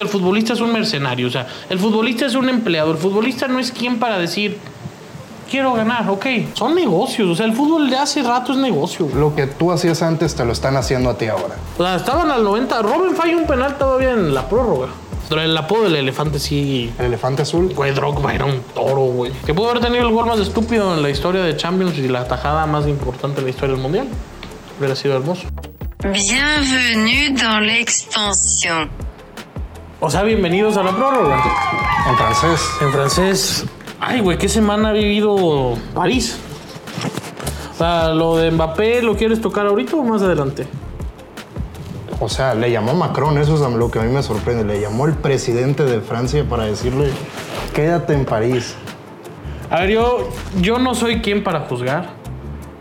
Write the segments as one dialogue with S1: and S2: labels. S1: el futbolista es un mercenario, o sea, el futbolista es un empleado, el futbolista no es quien para decir, quiero ganar, ok, son negocios, o sea, el fútbol de hace rato es negocio. güey.
S2: Lo que tú hacías antes te lo están haciendo a ti ahora.
S1: O sea, estaban al 90, Robin falló un penal todavía en la prórroga. Pero el apodo del elefante sí
S2: El elefante azul.
S1: Güey, Drogba era un toro, güey. Que pudo haber tenido el gol más estúpido en la historia de Champions y la tajada más importante de la historia del Mundial. Hubiera sido hermoso.
S3: Bienvenue dans l'extension.
S1: O sea, bienvenidos a la prórroga.
S2: En francés.
S1: En francés. Ay, güey, qué semana ha vivido París. O sea, lo de Mbappé, ¿lo quieres tocar ahorita o más adelante?
S2: O sea, le llamó Macron, eso es lo que a mí me sorprende. Le llamó el presidente de Francia para decirle, quédate en París.
S1: A ver, yo, yo no soy quien para juzgar.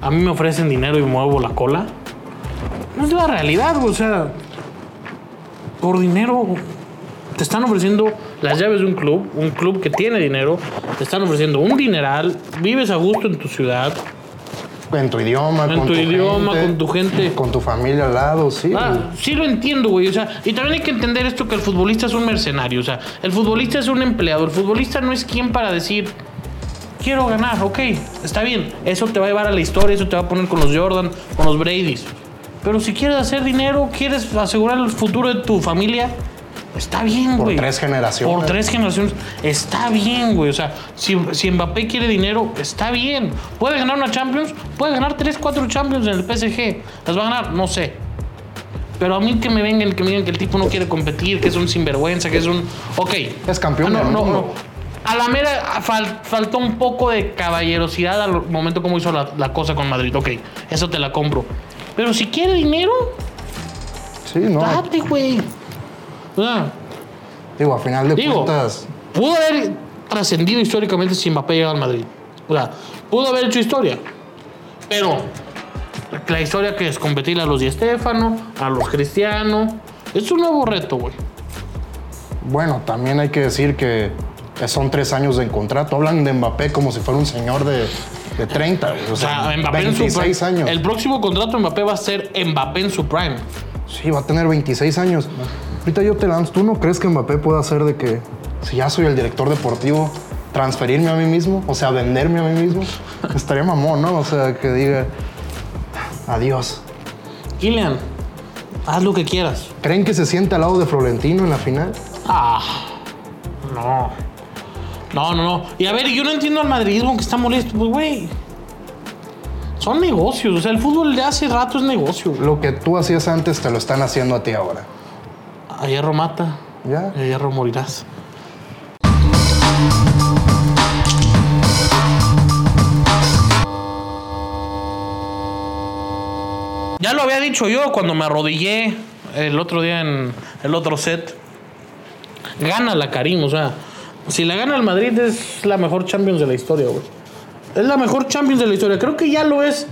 S1: A mí me ofrecen dinero y muevo la cola. No es la realidad, güey, o sea. Por dinero te están ofreciendo las llaves de un club, un club que tiene dinero, te están ofreciendo un dineral, vives a gusto en tu ciudad,
S2: En tu idioma,
S1: En
S2: con
S1: tu idioma, con tu gente.
S2: Con tu familia al lado, sí.
S1: Ah, sí lo entiendo, güey. O sea, y también hay que entender esto que el futbolista es un mercenario. O sea, el futbolista es un empleado. El futbolista no es quien para decir, quiero ganar, ok, está bien. Eso te va a llevar a la historia, eso te va a poner con los Jordan, con los Brady's. Pero si quieres hacer dinero, quieres asegurar el futuro de tu familia, está bien,
S2: Por
S1: güey.
S2: tres generaciones.
S1: Por tres generaciones. Está bien, güey. O sea, si, si Mbappé quiere dinero, está bien. Puede ganar una Champions, puede ganar tres, cuatro Champions en el PSG. ¿Las va a ganar? No sé. Pero a mí que me vengan, que me digan que el tipo no quiere competir, que es un sinvergüenza, que es un... Ok.
S2: Es campeón
S1: Ah, No,
S2: del
S1: no, no.
S2: mundo.
S1: A la mera a- fal- faltó un poco de caballerosidad al momento como hizo la, la cosa con Madrid. Ok, eso te la compro. Pero si quiere dinero,
S2: Sí, no.
S1: date, güey. O sea,
S2: Digo, a final de
S1: Digo.
S2: cuentas,
S1: pudo haber trascendido históricamente si Mbappé llegaba al Madrid. O sea, pudo haber hecho historia. Pero la historia que es competir a los Di Stéfano, a los Cristiano, es un nuevo reto, güey.
S2: bueno, también hay que decir que son tres años de contrato. Hablan de Mbappé como si fuera un señor de, de 30, o
S1: O sea,
S2: sea,
S1: Ah, Mbappé en su
S2: 26
S1: prime-
S2: años.
S1: El próximo contrato de Mbappé va a ser Mbappé en su prime.
S2: Sí, va a tener 26 años. Ahorita yo te lanzo, ¿tú no crees que Mbappé pueda hacer de que, si ya soy el director deportivo, transferirme a mí mismo? O sea, venderme a mí mismo. Estaría mamón, ¿no? O sea, que diga, adiós.
S1: Kylian, haz lo que quieras.
S2: ¿Creen que se siente al lado de Florentino en la final?
S1: Ah, no. No, no, no. Y a ver, yo no entiendo al madridismo que está molesto. Pues, güey. Son negocios. O sea, el fútbol de hace rato es negocio. güey.
S2: Lo que tú hacías antes te lo están haciendo a ti ahora.
S1: A hierro mata
S2: ¿Ya?
S1: y a hierro morirás. Ya lo había dicho yo cuando me arrodillé el otro día en el otro set. Gana la Karim, o sea, si la gana el Madrid es la mejor Champions de la historia, güey. Es la mejor Champions de la historia. Creo que ya lo es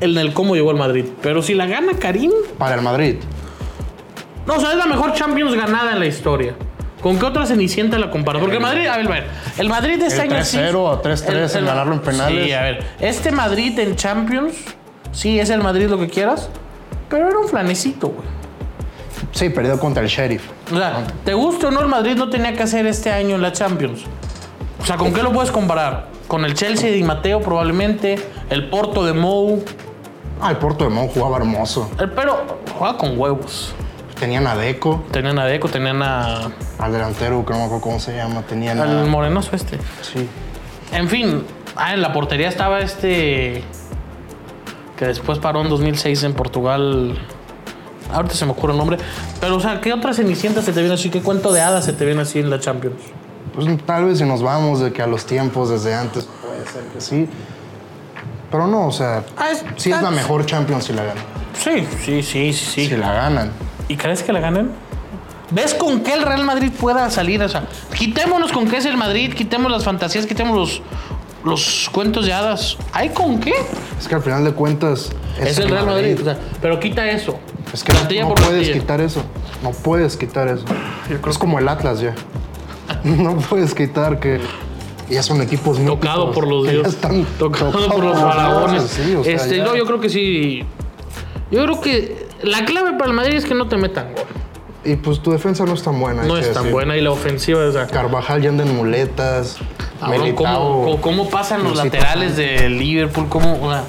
S1: en el cómo llegó al Madrid. Pero si la gana Karim,
S2: Para el Madrid.
S1: no, o sea, es la mejor Champions ganada en la historia. ¿Con qué otra cenicienta la comparas? Porque Madrid, a ver, a ver, el Madrid de este
S2: El
S1: año sí.
S2: 3-0 o 3-3 en ganarlo en penales.
S1: Sí, a ver, este Madrid en Champions, sí, es el Madrid lo que quieras, pero era un flanecito, güey.
S2: Sí, perdió contra el Sheriff.
S1: O sea, te gusta o no, el Madrid no tenía que hacer este año en la Champions. O sea, ¿con qué lo puedes comparar? Con el Chelsea de Di Matteo probablemente, el Porto de Mou,
S2: Ah, el Porto de Mon jugaba hermoso.
S1: el- pero juega con huevos.
S2: Tenían a Deco,
S1: Tenían a Deco, tenían a...
S2: al delantero, que no me acuerdo cómo se llama. Tenían
S1: al
S2: a...
S1: morenoso este.
S2: Sí.
S1: En fin, ah, en la portería estaba este que después paró en 2006 en Portugal. Ahorita se me ocurre el nombre. Pero, o sea, ¿qué otra cenicienta se te viene así? ¿Qué cuento de hadas se te viene así en la Champions?
S2: Pues tal vez si nos vamos de que a los tiempos desde antes puede ser que sí. Pero no, o sea,
S1: Ah, es-
S2: sí es
S1: ah,
S2: la mejor Champions si la ganan.
S1: Sí, sí, sí, sí. sí.
S2: Si la ganan.
S1: ¿Y crees que la ganen? ¿Ves con qué el Real Madrid pueda salir? O sea, quitémonos con qué es el Madrid, quitemos las fantasías, quitemos los, los cuentos de hadas. ¿Hay con qué?
S2: Es que al final de cuentas
S1: Es, el Real Madrid. o sea, pero quita eso.
S2: Es que
S1: Plantilla
S2: no
S1: por
S2: puedes
S1: plantilla.
S2: quitar eso. No puedes quitar eso. Es como el Atlas ya. No puedes quitar que ya son equipos míticos,
S1: Tocado por los
S2: que ya
S1: dioses.
S2: están
S1: Tocado por los
S2: dioses,
S1: faraones.
S2: sí, o sea,
S1: este,
S2: ya.
S1: no, yo creo que sí. Yo creo que la clave para el Madrid es que no te metan gol.
S2: Y pues tu defensa no es tan buena. hay
S1: No
S2: que
S1: es tan
S2: decir.
S1: buena y la ofensiva, o sea,
S2: Carvajal ya anda en muletas.
S1: cabrón,
S2: Militao,
S1: ¿cómo, cómo- cómo pasan los
S2: Luisito
S1: laterales de Liverpool? ¿Cómo, o sea,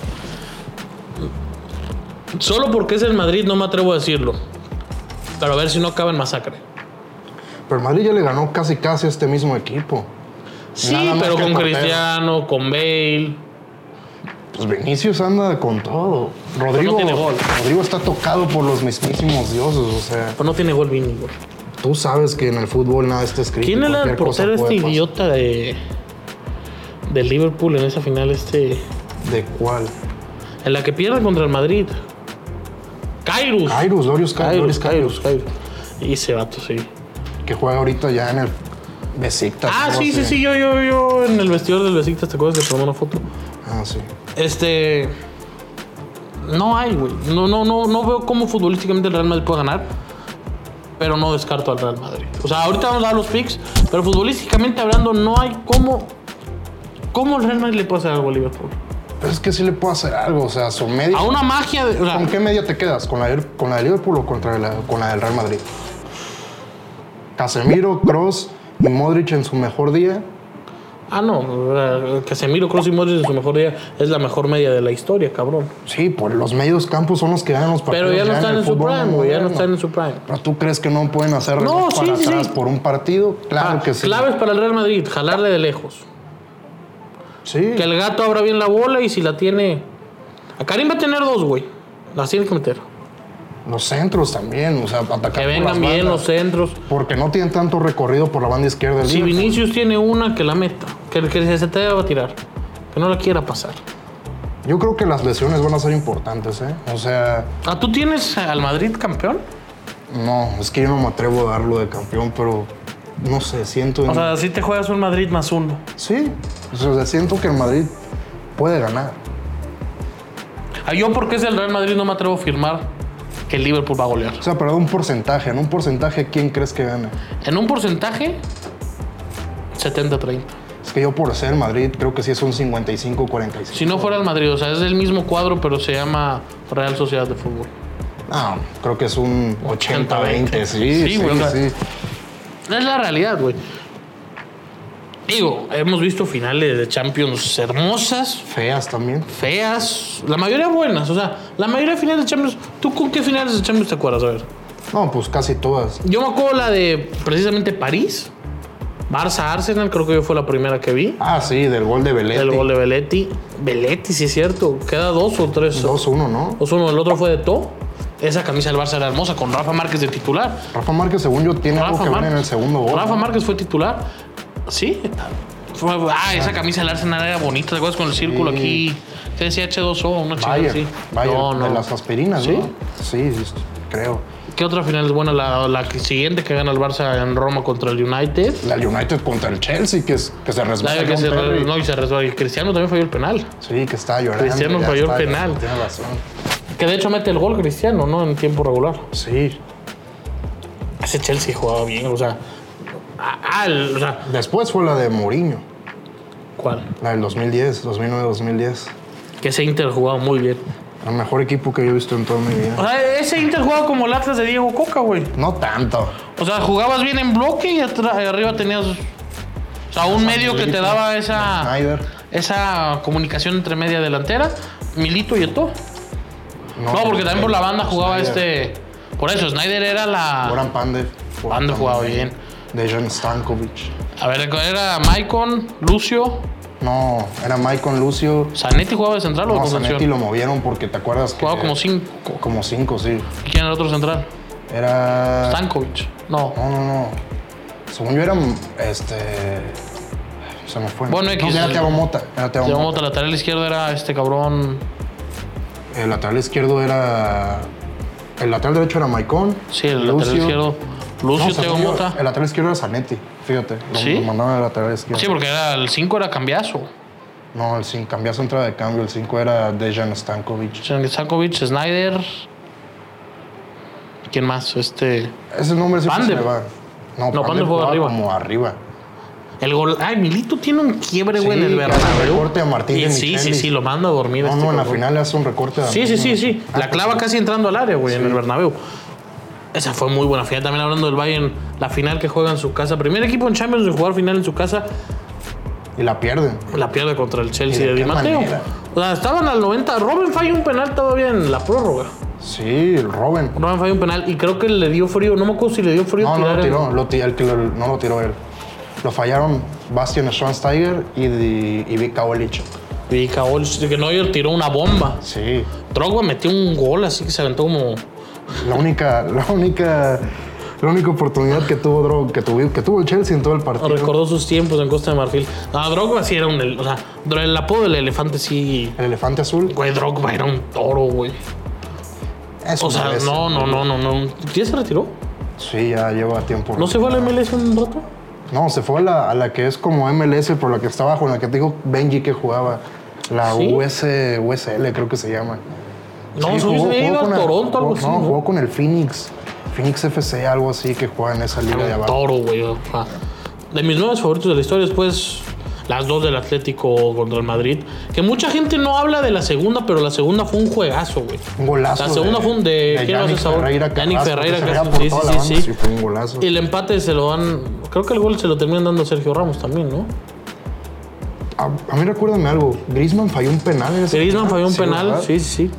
S1: solo porque es el Madrid no me atrevo a decirlo. Pero a ver si no acaba en masacre.
S2: Pero el Madrid ya le ganó casi casi a este mismo equipo.
S1: Sí,
S2: Nada más
S1: pero
S2: que
S1: con
S2: el portero.
S1: Cristiano, con Bale.
S2: Pues Vinicius anda con todo. Rodrigo,
S1: tiene gol.
S2: Rodrigo está tocado por los mismísimos dioses. O sea,
S1: Pues no tiene gol Vini, güey.
S2: tú sabes que en el fútbol nada está escrito.
S1: ¿Quién era el
S2: cualquier cosa
S1: portero este
S2: puede pasar.
S1: idiota de, de Liverpool en esa final este?
S2: ¿De cuál?
S1: En la que pierden contra el Madrid. Kairos.
S2: Kairos, Dorius
S1: Kairos,
S2: Kairos. Dorius
S1: Kairos, Kairos. Y ese vato, sí.
S2: Que juega ahorita ya en el Besiktas.
S1: Ah,
S2: algo
S1: sí, sí,
S2: así.
S1: sí, yo, yo, yo en el vestidor del Besiktas, ¿te acuerdas que tomó una foto?
S2: Ah, sí.
S1: Este. No hay, güey. No, no, no, no veo cómo futbolísticamente el Real Madrid puede ganar. Pero no descarto al Real Madrid. O sea, ahorita vamos a dar los picks. Pero futbolísticamente hablando, no hay cómo. ¿Cómo el Real Madrid le puede hacer algo a Liverpool?
S2: Pero es que sí le puedo hacer algo. O sea, su medio.
S1: A una magia de. o sea,
S2: ¿Con qué media te quedas? ¿Con la, del- con la de Liverpool o contra la, con la del Real Madrid? Casemiro, Cross y Modric en su mejor día.
S1: ah, no. eh, Casemiro, Kroos y Modric en su mejor día es la mejor media de la historia, cabrón.
S2: Sí, por los medios campos son los que ganan los partidos.
S1: Pero ya no están
S2: el
S1: en su
S2: fútbol
S1: prime, güey. Ya no
S2: moderno.
S1: están en su prime.
S2: ¿Pero tú crees que no pueden hacer reloj
S1: sí,
S2: para
S1: sí,
S2: atrás
S1: sí.
S2: por un partido? Claro
S1: Ah,
S2: que sí.
S1: Claves para el Real Madrid, jalarle de lejos.
S2: Sí.
S1: Que el gato abra bien la bola y si la tiene. A Karim va a tener dos, güey. Las tiene que meter.
S2: Los centros también, o sea, atacar
S1: Que
S2: por las
S1: vengan bien
S2: bandas.
S1: los centros.
S2: Porque no tienen tanto recorrido por la banda izquierda del
S1: Si
S2: Liverpool.
S1: Vinicius tiene una, que la meta. Que, que se te va a tirar. Que no la quiera pasar.
S2: Yo creo que las lesiones van a ser importantes, ¿eh? O sea,
S1: Ah, ¿tú tienes al Madrid campeón?
S2: no, es que yo no me atrevo a darlo de campeón, pero no sé, siento...
S1: O sea, si te juegas un Madrid más uno.
S2: sí, o sea, siento que el Madrid puede ganar.
S1: Ah, yo, porque es el Real Madrid, no me atrevo a firmar que el Liverpool va a golear.
S2: O sea, pero da un porcentaje, en un porcentaje, ¿quién crees que gane?
S1: En un porcentaje, 70-30.
S2: Es que yo por ser Madrid creo que sí es un 55-45.
S1: Si no fuera el Madrid, o sea, es el mismo cuadro, pero se llama Real Sociedad de Fútbol.
S2: Ah, creo que es un 80-20,
S1: 80-20.
S2: sí,
S1: Sí,
S2: sí,
S1: güey, o sea,
S2: sí.
S1: Es la realidad, güey. Digo, hemos visto finales de Champions hermosas,
S2: Feas también.
S1: feas, la mayoría buenas. O sea, la mayoría de finales de Champions. ¿Tú con qué finales de Champions te acuerdas? A ver.
S2: No, pues casi todas.
S1: Yo me acuerdo la de precisamente París, Barça Arsenal, creo que yo fue la primera que vi.
S2: Ah, sí, del gol de Belén.
S1: El gol de Belletti. Belletti, sí es cierto. Queda dos o tres.
S2: 2-1, ¿no?
S1: Dos, uno, el otro fue de To. Esa camisa del Barça era hermosa, con Rafa Márquez de titular.
S2: Rafa Márquez, según yo, tiene algo
S1: Rafa
S2: que ver
S1: Márquez.
S2: en el segundo gol.
S1: Rafa
S2: ¿no?
S1: Márquez fue titular. Sí. Fue- ah, esa camisa del Arsenal era bonita, ¿te acuerdas? Con el círculo
S2: Sí.
S1: aquí. ¿Qué decía H2O? Una chica
S2: Bayern,
S1: así.
S2: Bayern,
S1: no,
S2: de
S1: no.
S2: las aspirinas,
S1: ¿Sí?
S2: ¿no? Sí, sí, creo.
S1: ¿Qué otra final es buena? La, la que- siguiente que gana el Barça en Roma contra el United.
S2: La del United contra el Chelsea, que, es, que se
S1: La
S2: resbala.
S1: que
S2: John
S1: se,
S2: Terry.
S1: no, y se resbaló. Y Cristiano también falló el penal.
S2: Sí, que está llorando.
S1: Cristiano
S2: ya
S1: falló el
S2: está
S1: penal.
S2: llorando, Tiene razón.
S1: Que de hecho mete el gol Cristiano, ¿no? En tiempo regular.
S2: Sí.
S1: Ese Chelsea jugaba bien, o sea. ah, ah, el- o sea,
S2: Después fue la de Mourinho,
S1: ¿cuál?
S2: la del 2010, 2009-2010.
S1: Que ese Inter jugaba muy bien.
S2: El mejor equipo que yo he visto en toda mi
S1: O
S2: vida.
S1: sea, ese Inter jugaba como el Atlas de Diego Coca, güey.
S2: No tanto.
S1: O sea, jugabas bien en bloque y atra- arriba tenías. O sea, un medio que te
S2: Milito,
S1: daba esa,
S2: Snyder.
S1: esa comunicación entre media delantera, Milito y Eto. No, porque también por la banda jugaba
S2: Snyder.
S1: este. Por eso, Snyder era la.
S2: Goran Pandev.
S1: Pandev jugaba bien.
S2: Dejan Stankovic.
S1: A ver, era Maicon, Lucio.
S2: No, era Maicon Lucio.
S1: Zanetti jugaba de central o de
S2: No, Zanetti
S1: contención.
S2: lo movieron porque te acuerdas que.
S1: Jugaba como cinco.
S2: Como cinco, sí.
S1: ¿Y ¿Quién era el otro central?
S2: Era.
S1: Stankovic. No.
S2: Ah. No, no, no. Según yo era. Este. Se me fue.
S1: Bueno, X.
S2: No, era Thiago Mota. Era Thiago
S1: Llamó
S2: Mota.
S1: otra lateral izquierdo era este cabrón.
S2: El lateral izquierdo era. El lateral derecho era Maicon.
S1: Sí, el lateral izquierdo. Lucio
S2: No,
S1: Teo
S2: según yo,
S1: Mota.
S2: El lateral izquierdo era Zanetti. Fíjate. Lo,
S1: ¿Sí?
S2: lo mandaron al lateral izquierdo.
S1: Sí, porque era el 5 era cambiazo.
S2: No, el 5. Cambiazo entrada de cambio. El 5 era Dejan Stankovic.
S1: Stankovic, Snyder. ¿Quién más? Este.
S2: Ese nombre siempre se
S1: Pandev.
S2: me va. No,
S1: No, Pandev jugaba arriba.
S2: como arriba.
S1: El gol. Ay, Milito tiene un quiebre, güey,
S2: Sí,
S1: en el
S2: que hace
S1: Bernabéu.
S2: recorte a Martín
S1: Y
S2: de
S1: sí, sí,
S2: Michelis.
S1: sí, lo manda a dormir.
S2: No,
S1: este
S2: no, en la Ah,
S1: cabrón.
S2: final hace un recorte. de
S1: Sí, sí, sí, sí. La clava casi entrando al área, güey, en el Bernabéu. Esa fue muy buena final. También hablando del Bayern, la final que juega en su casa. Primer equipo en Champions de jugar final en su casa.
S2: Y la pierden.
S1: La pierde contra el Chelsea
S2: ¿Y
S1: de,
S2: de
S1: Di
S2: qué
S1: Matteo.
S2: manera?
S1: O sea, estaban al 90. Robin falló un penal todavía en la prórroga.
S2: Sí, el Robin.
S1: Robin falló un penal y creo que le dio frío. No me acuerdo si le dio frío
S2: No, no
S1: tirar
S2: lo
S1: el-
S2: tiró. Lo ti- el que lo- no lo tiró él. Lo fallaron Bastian Schweinsteiger y, Di- y Vika Olic.
S1: Y "Ah, cagó el- que Neuer tiró una bomba.
S2: Sí.
S1: Drogba metió un gol así que se aventó como.
S2: La única, la única, la única oportunidad que tuvo Dro- que tuvo, que tuvo el Chelsea en todo el partido.
S1: Recordó sus tiempos en Costa de Marfil. No, Drogba sí era un. el- O sea, el apodo del elefante sí.
S2: El elefante azul.
S1: Güey, Drogba era un toro, güey.
S2: Es
S1: O
S2: una
S1: sea,
S2: bestia.
S1: no, no, no, no, no. ¿Ya se retiró?
S2: Sí, ya lleva tiempo.
S1: ¿No se fue a la MLS un rato?
S2: No, se fue a la, a la que es como MLS, por la que está abajo, en la que te digo Benji que jugaba. La
S1: ¿Sí?
S2: US, USL creo que se llama.
S1: No,
S2: Sí,
S1: se hubiese ido a
S2: con el-
S1: Toronto, algo
S2: jugó-
S1: así.
S2: No,
S1: ¿no?
S2: jugó con el Phoenix. Phoenix FC, algo así, que juega en esa liga de
S1: Era un
S2: abajo.
S1: toro, güey. o sea, de mis nuevos favoritos de la historia, después las dos del Atlético contra el Madrid. Que mucha gente no habla de la segunda, pero la segunda fue un juegazo, güey.
S2: Un golazo.
S1: La segunda fue un de- ¿quién va a
S2: Yannick
S1: hacer sabor?
S2: Ferreira
S1: Yannick
S2: Carrasco,
S1: Ferreira
S2: que se veía
S1: Carrasco,
S2: por
S1: sí,
S2: toda
S1: sí,
S2: la
S1: sí,
S2: banda.
S1: sí.
S2: fue un golazo.
S1: Y el empate se lo dan. Creo que el gol se lo terminan dando a Sergio Ramos también, ¿no?
S2: A, a mí recuérdame algo. Griezmann falló un penal. en ese
S1: Griezmann falló
S2: partido,
S1: un penal,
S2: ¿verdad?
S1: sí, sí, sí.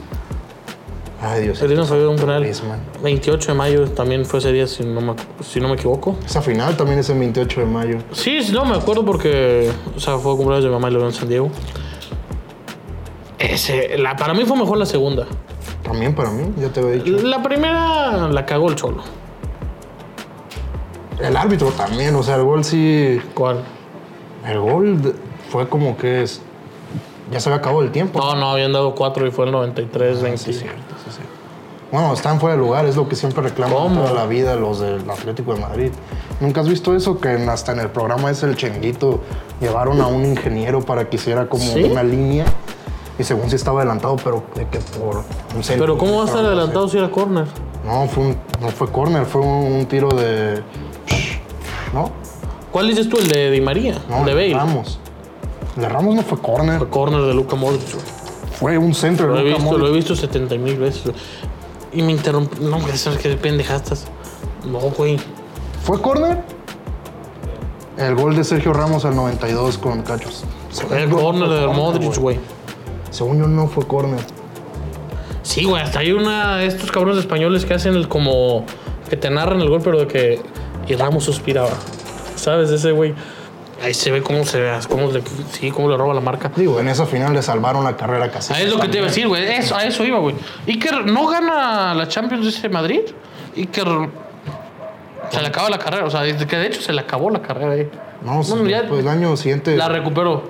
S2: Ay, Dios.
S1: Griezmann falló un penal.
S2: Griezmann.
S1: 28 de mayo también fue ese día, si no me, si no me equivoco.
S2: Esa final también es el 28 de mayo.
S1: Sí, sí, no, me acuerdo porque. O sea, fue cumpleaños de mi mamá y lo veo en San Diego. Ese, la, para mí fue mejor la segunda.
S2: También para mí, ya te había dicho.
S1: La primera la cagó el cholo.
S2: El árbitro también, o sea, el gol sí.
S1: ¿Cuál?
S2: El gol de- fue como que es. Ya se había acabado el tiempo.
S1: No, no, habían dado cuatro y fue el 93, 20.
S2: Sí, es cierto, sí, es cierto. Bueno, están fuera de lugar, es lo que siempre reclaman
S1: ¿Cómo?
S2: toda la vida los del Atlético de Madrid. ¿Nunca has visto eso? Que en- hasta en el programa es el chenguito. Llevaron a un ingeniero para que hiciera como
S1: ¿Sí?
S2: una línea. Y según si estaba adelantado, pero de que por un
S1: Pero ¿cómo va a estar
S2: centímetro, no sé.
S1: adelantado si era corner?
S2: No, fue un- no fue corner, fue un, un tiro de. ¿No?
S1: ¿Cuál dices tú? El de Di María,
S2: No,
S1: el de Bale.
S2: Ramos. El de Ramos no fue corner,
S1: El corner de Luca Modric. güey.
S2: fue un centro
S1: Lo
S2: de
S1: he
S2: Luka
S1: visto,
S2: Modric.
S1: lo he visto 70 mil veces. güey. Y me interrumpe. No, hombre, ¿sabes qué pendejastas? No, güey.
S2: ¿Fue corner? El gol de Sergio Ramos al 92 con Cachos. Según
S1: El
S2: yo,
S1: corner
S2: no fue
S1: de Modric, güey.
S2: Según yo, no fue corner.
S1: Sí, güey, hasta hay una de estos cabrones españoles que hacen el como. que te narran el gol, pero de que. Y Ramos suspiraba. ¿Sabes? Ese güey. Ahí se ve cómo se cómo le, sí, cómo le roba la marca.
S2: Digo, en esa final le salvaron la carrera casi.
S1: Ah, es lo que te iba a decir, güey. Eso, a eso iba, güey. Iker no gana la Champions de ese Madrid. Iker. Se le acaba la carrera. O sea, desde que de hecho se le acabó la carrera ahí.
S2: No, sí,
S1: ya
S2: pues el año siguiente
S1: la recuperó.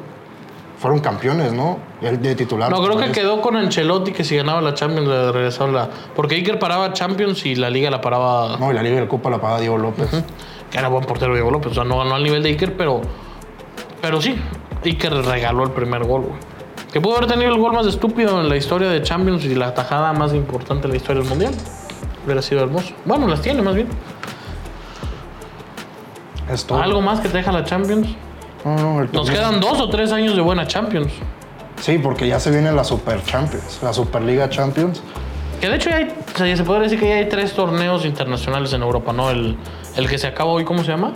S2: fueron campeones, ¿no? El de titular.
S1: No, creo que
S2: Pues,
S1: quedó con Ancelotti que si ganaba la Champions le regresaba la. Porque Iker paraba Champions y la liga la paraba.
S2: No, y la Liga de la Copa la paga Diego López.
S1: que era buen portero Diego López. O sea, no ganó al nivel de Iker, pero, pero sí, Iker regaló el primer gol, güey. Que pudo haber tenido el gol más estúpido en la historia de Champions y la tajada más importante en la historia del Mundial. Hubiera sido hermoso. Bueno, las tiene más bien.
S2: Es todo.
S1: Algo más que te deja la Champions.
S2: No, no, el
S1: Nos
S2: torneo-
S1: quedan dos o tres años de buena Champions.
S2: Sí, porque ya se viene la Super Champions, la Superliga Champions.
S1: Que de hecho ya, hay, o sea, ya se podría decir que ya hay tres torneos internacionales en Europa, ¿no? El, el que se acaba hoy, ¿cómo se llama?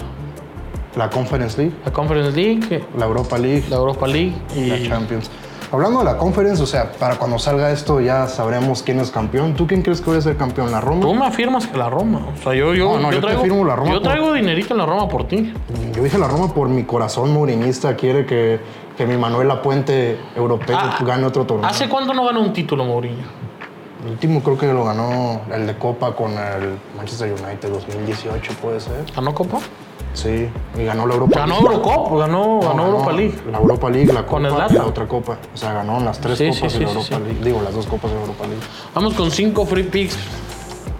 S2: la Conference League,
S1: La Conference League,
S2: la Europa League,
S1: la Europa League y...
S2: la Champions. Hablando de la Conference, o sea, para cuando salga esto ya sabremos quién es campeón. ¿Tú quién crees que va a ser campeón? ¿La Roma?
S1: Tú me afirmas que la Roma. O sea, yo, yo,
S2: No, no, yo te
S1: traigo,
S2: afirmo la Roma
S1: yo
S2: por-
S1: traigo dinerito en la Roma por ti.
S2: Yo dije la Roma por mi corazón mourinista quiere que, que mi Manuel Puente europeo
S1: Ah,
S2: gane otro torneo.
S1: ¿Hace cuánto no gana un título, Mourinho?
S2: El último creo que lo ganó el de Copa con el Manchester United 2018, puede ser.
S1: ¿Ganó Copa?
S2: Sí, y ganó la Europa
S1: Ganó
S2: League.
S1: Eurocopa, ganó,
S2: No,
S1: ganó Europa League.
S2: La Europa League, la
S1: Con
S2: Copa y
S1: Zlatan.
S2: la otra Copa. O sea, ganó las tres
S1: Sí, sí,
S2: Copas
S1: sí,
S2: de la
S1: sí,
S2: Europa
S1: sí.
S2: League. Digo, las dos Copas de la Europa League.
S1: Vamos con cinco free picks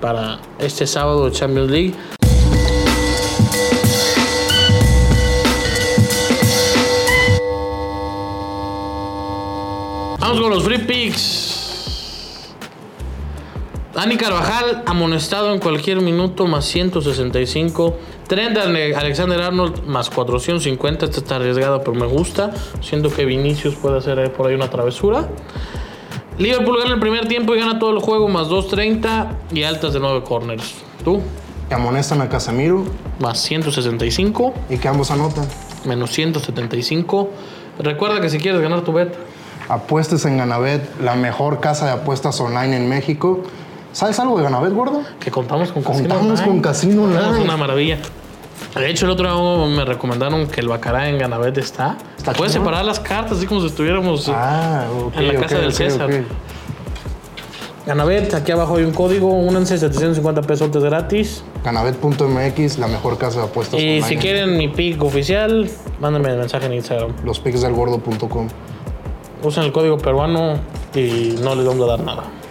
S1: para este sábado de Champions League. Vamos con los free picks. Dani Carvajal amonestado en cualquier minuto más 165. Trent Ale- Alexander Arnold más 450. Esta está arriesgada, pero me gusta. Siento que Vinicius puede hacer eh, por ahí una travesura. Liverpool gana el primer tiempo y gana todo el juego más 2.30 y altas de 9 corners. Tú,
S2: que amonestan a Casemiro
S1: más 165,
S2: y que ambos anotan.
S1: menos 175. Recuerda que si quieres ganar tu bet,
S2: Apuestas en Ganabet, la mejor casa de apuestas online en México. ¿Sabes algo de Ganabet, gordo?
S1: que contamos con
S2: Contamos con Casino
S1: Es
S2: Online.
S1: una maravilla. De hecho, el otro día me recomendaron que el bacará en Ganabet está.
S2: Está
S1: Puedes
S2: chingón.
S1: separar las cartas, así como si estuviéramos... eh,
S2: Ah, ok,
S1: En la
S2: ok,
S1: casa del
S2: ok,
S1: César.
S2: ok.
S1: Ganabet, aquí abajo hay un código, únanse 750 pesotes gratis.
S2: Ganabet.mx, la mejor casa de apuestas
S1: Y
S2: online.
S1: si quieren mi pick oficial, mándenme el mensaje en Instagram.
S2: Los pics del gordo.com.
S1: Usen el código peruano y no les vamos a dar nada.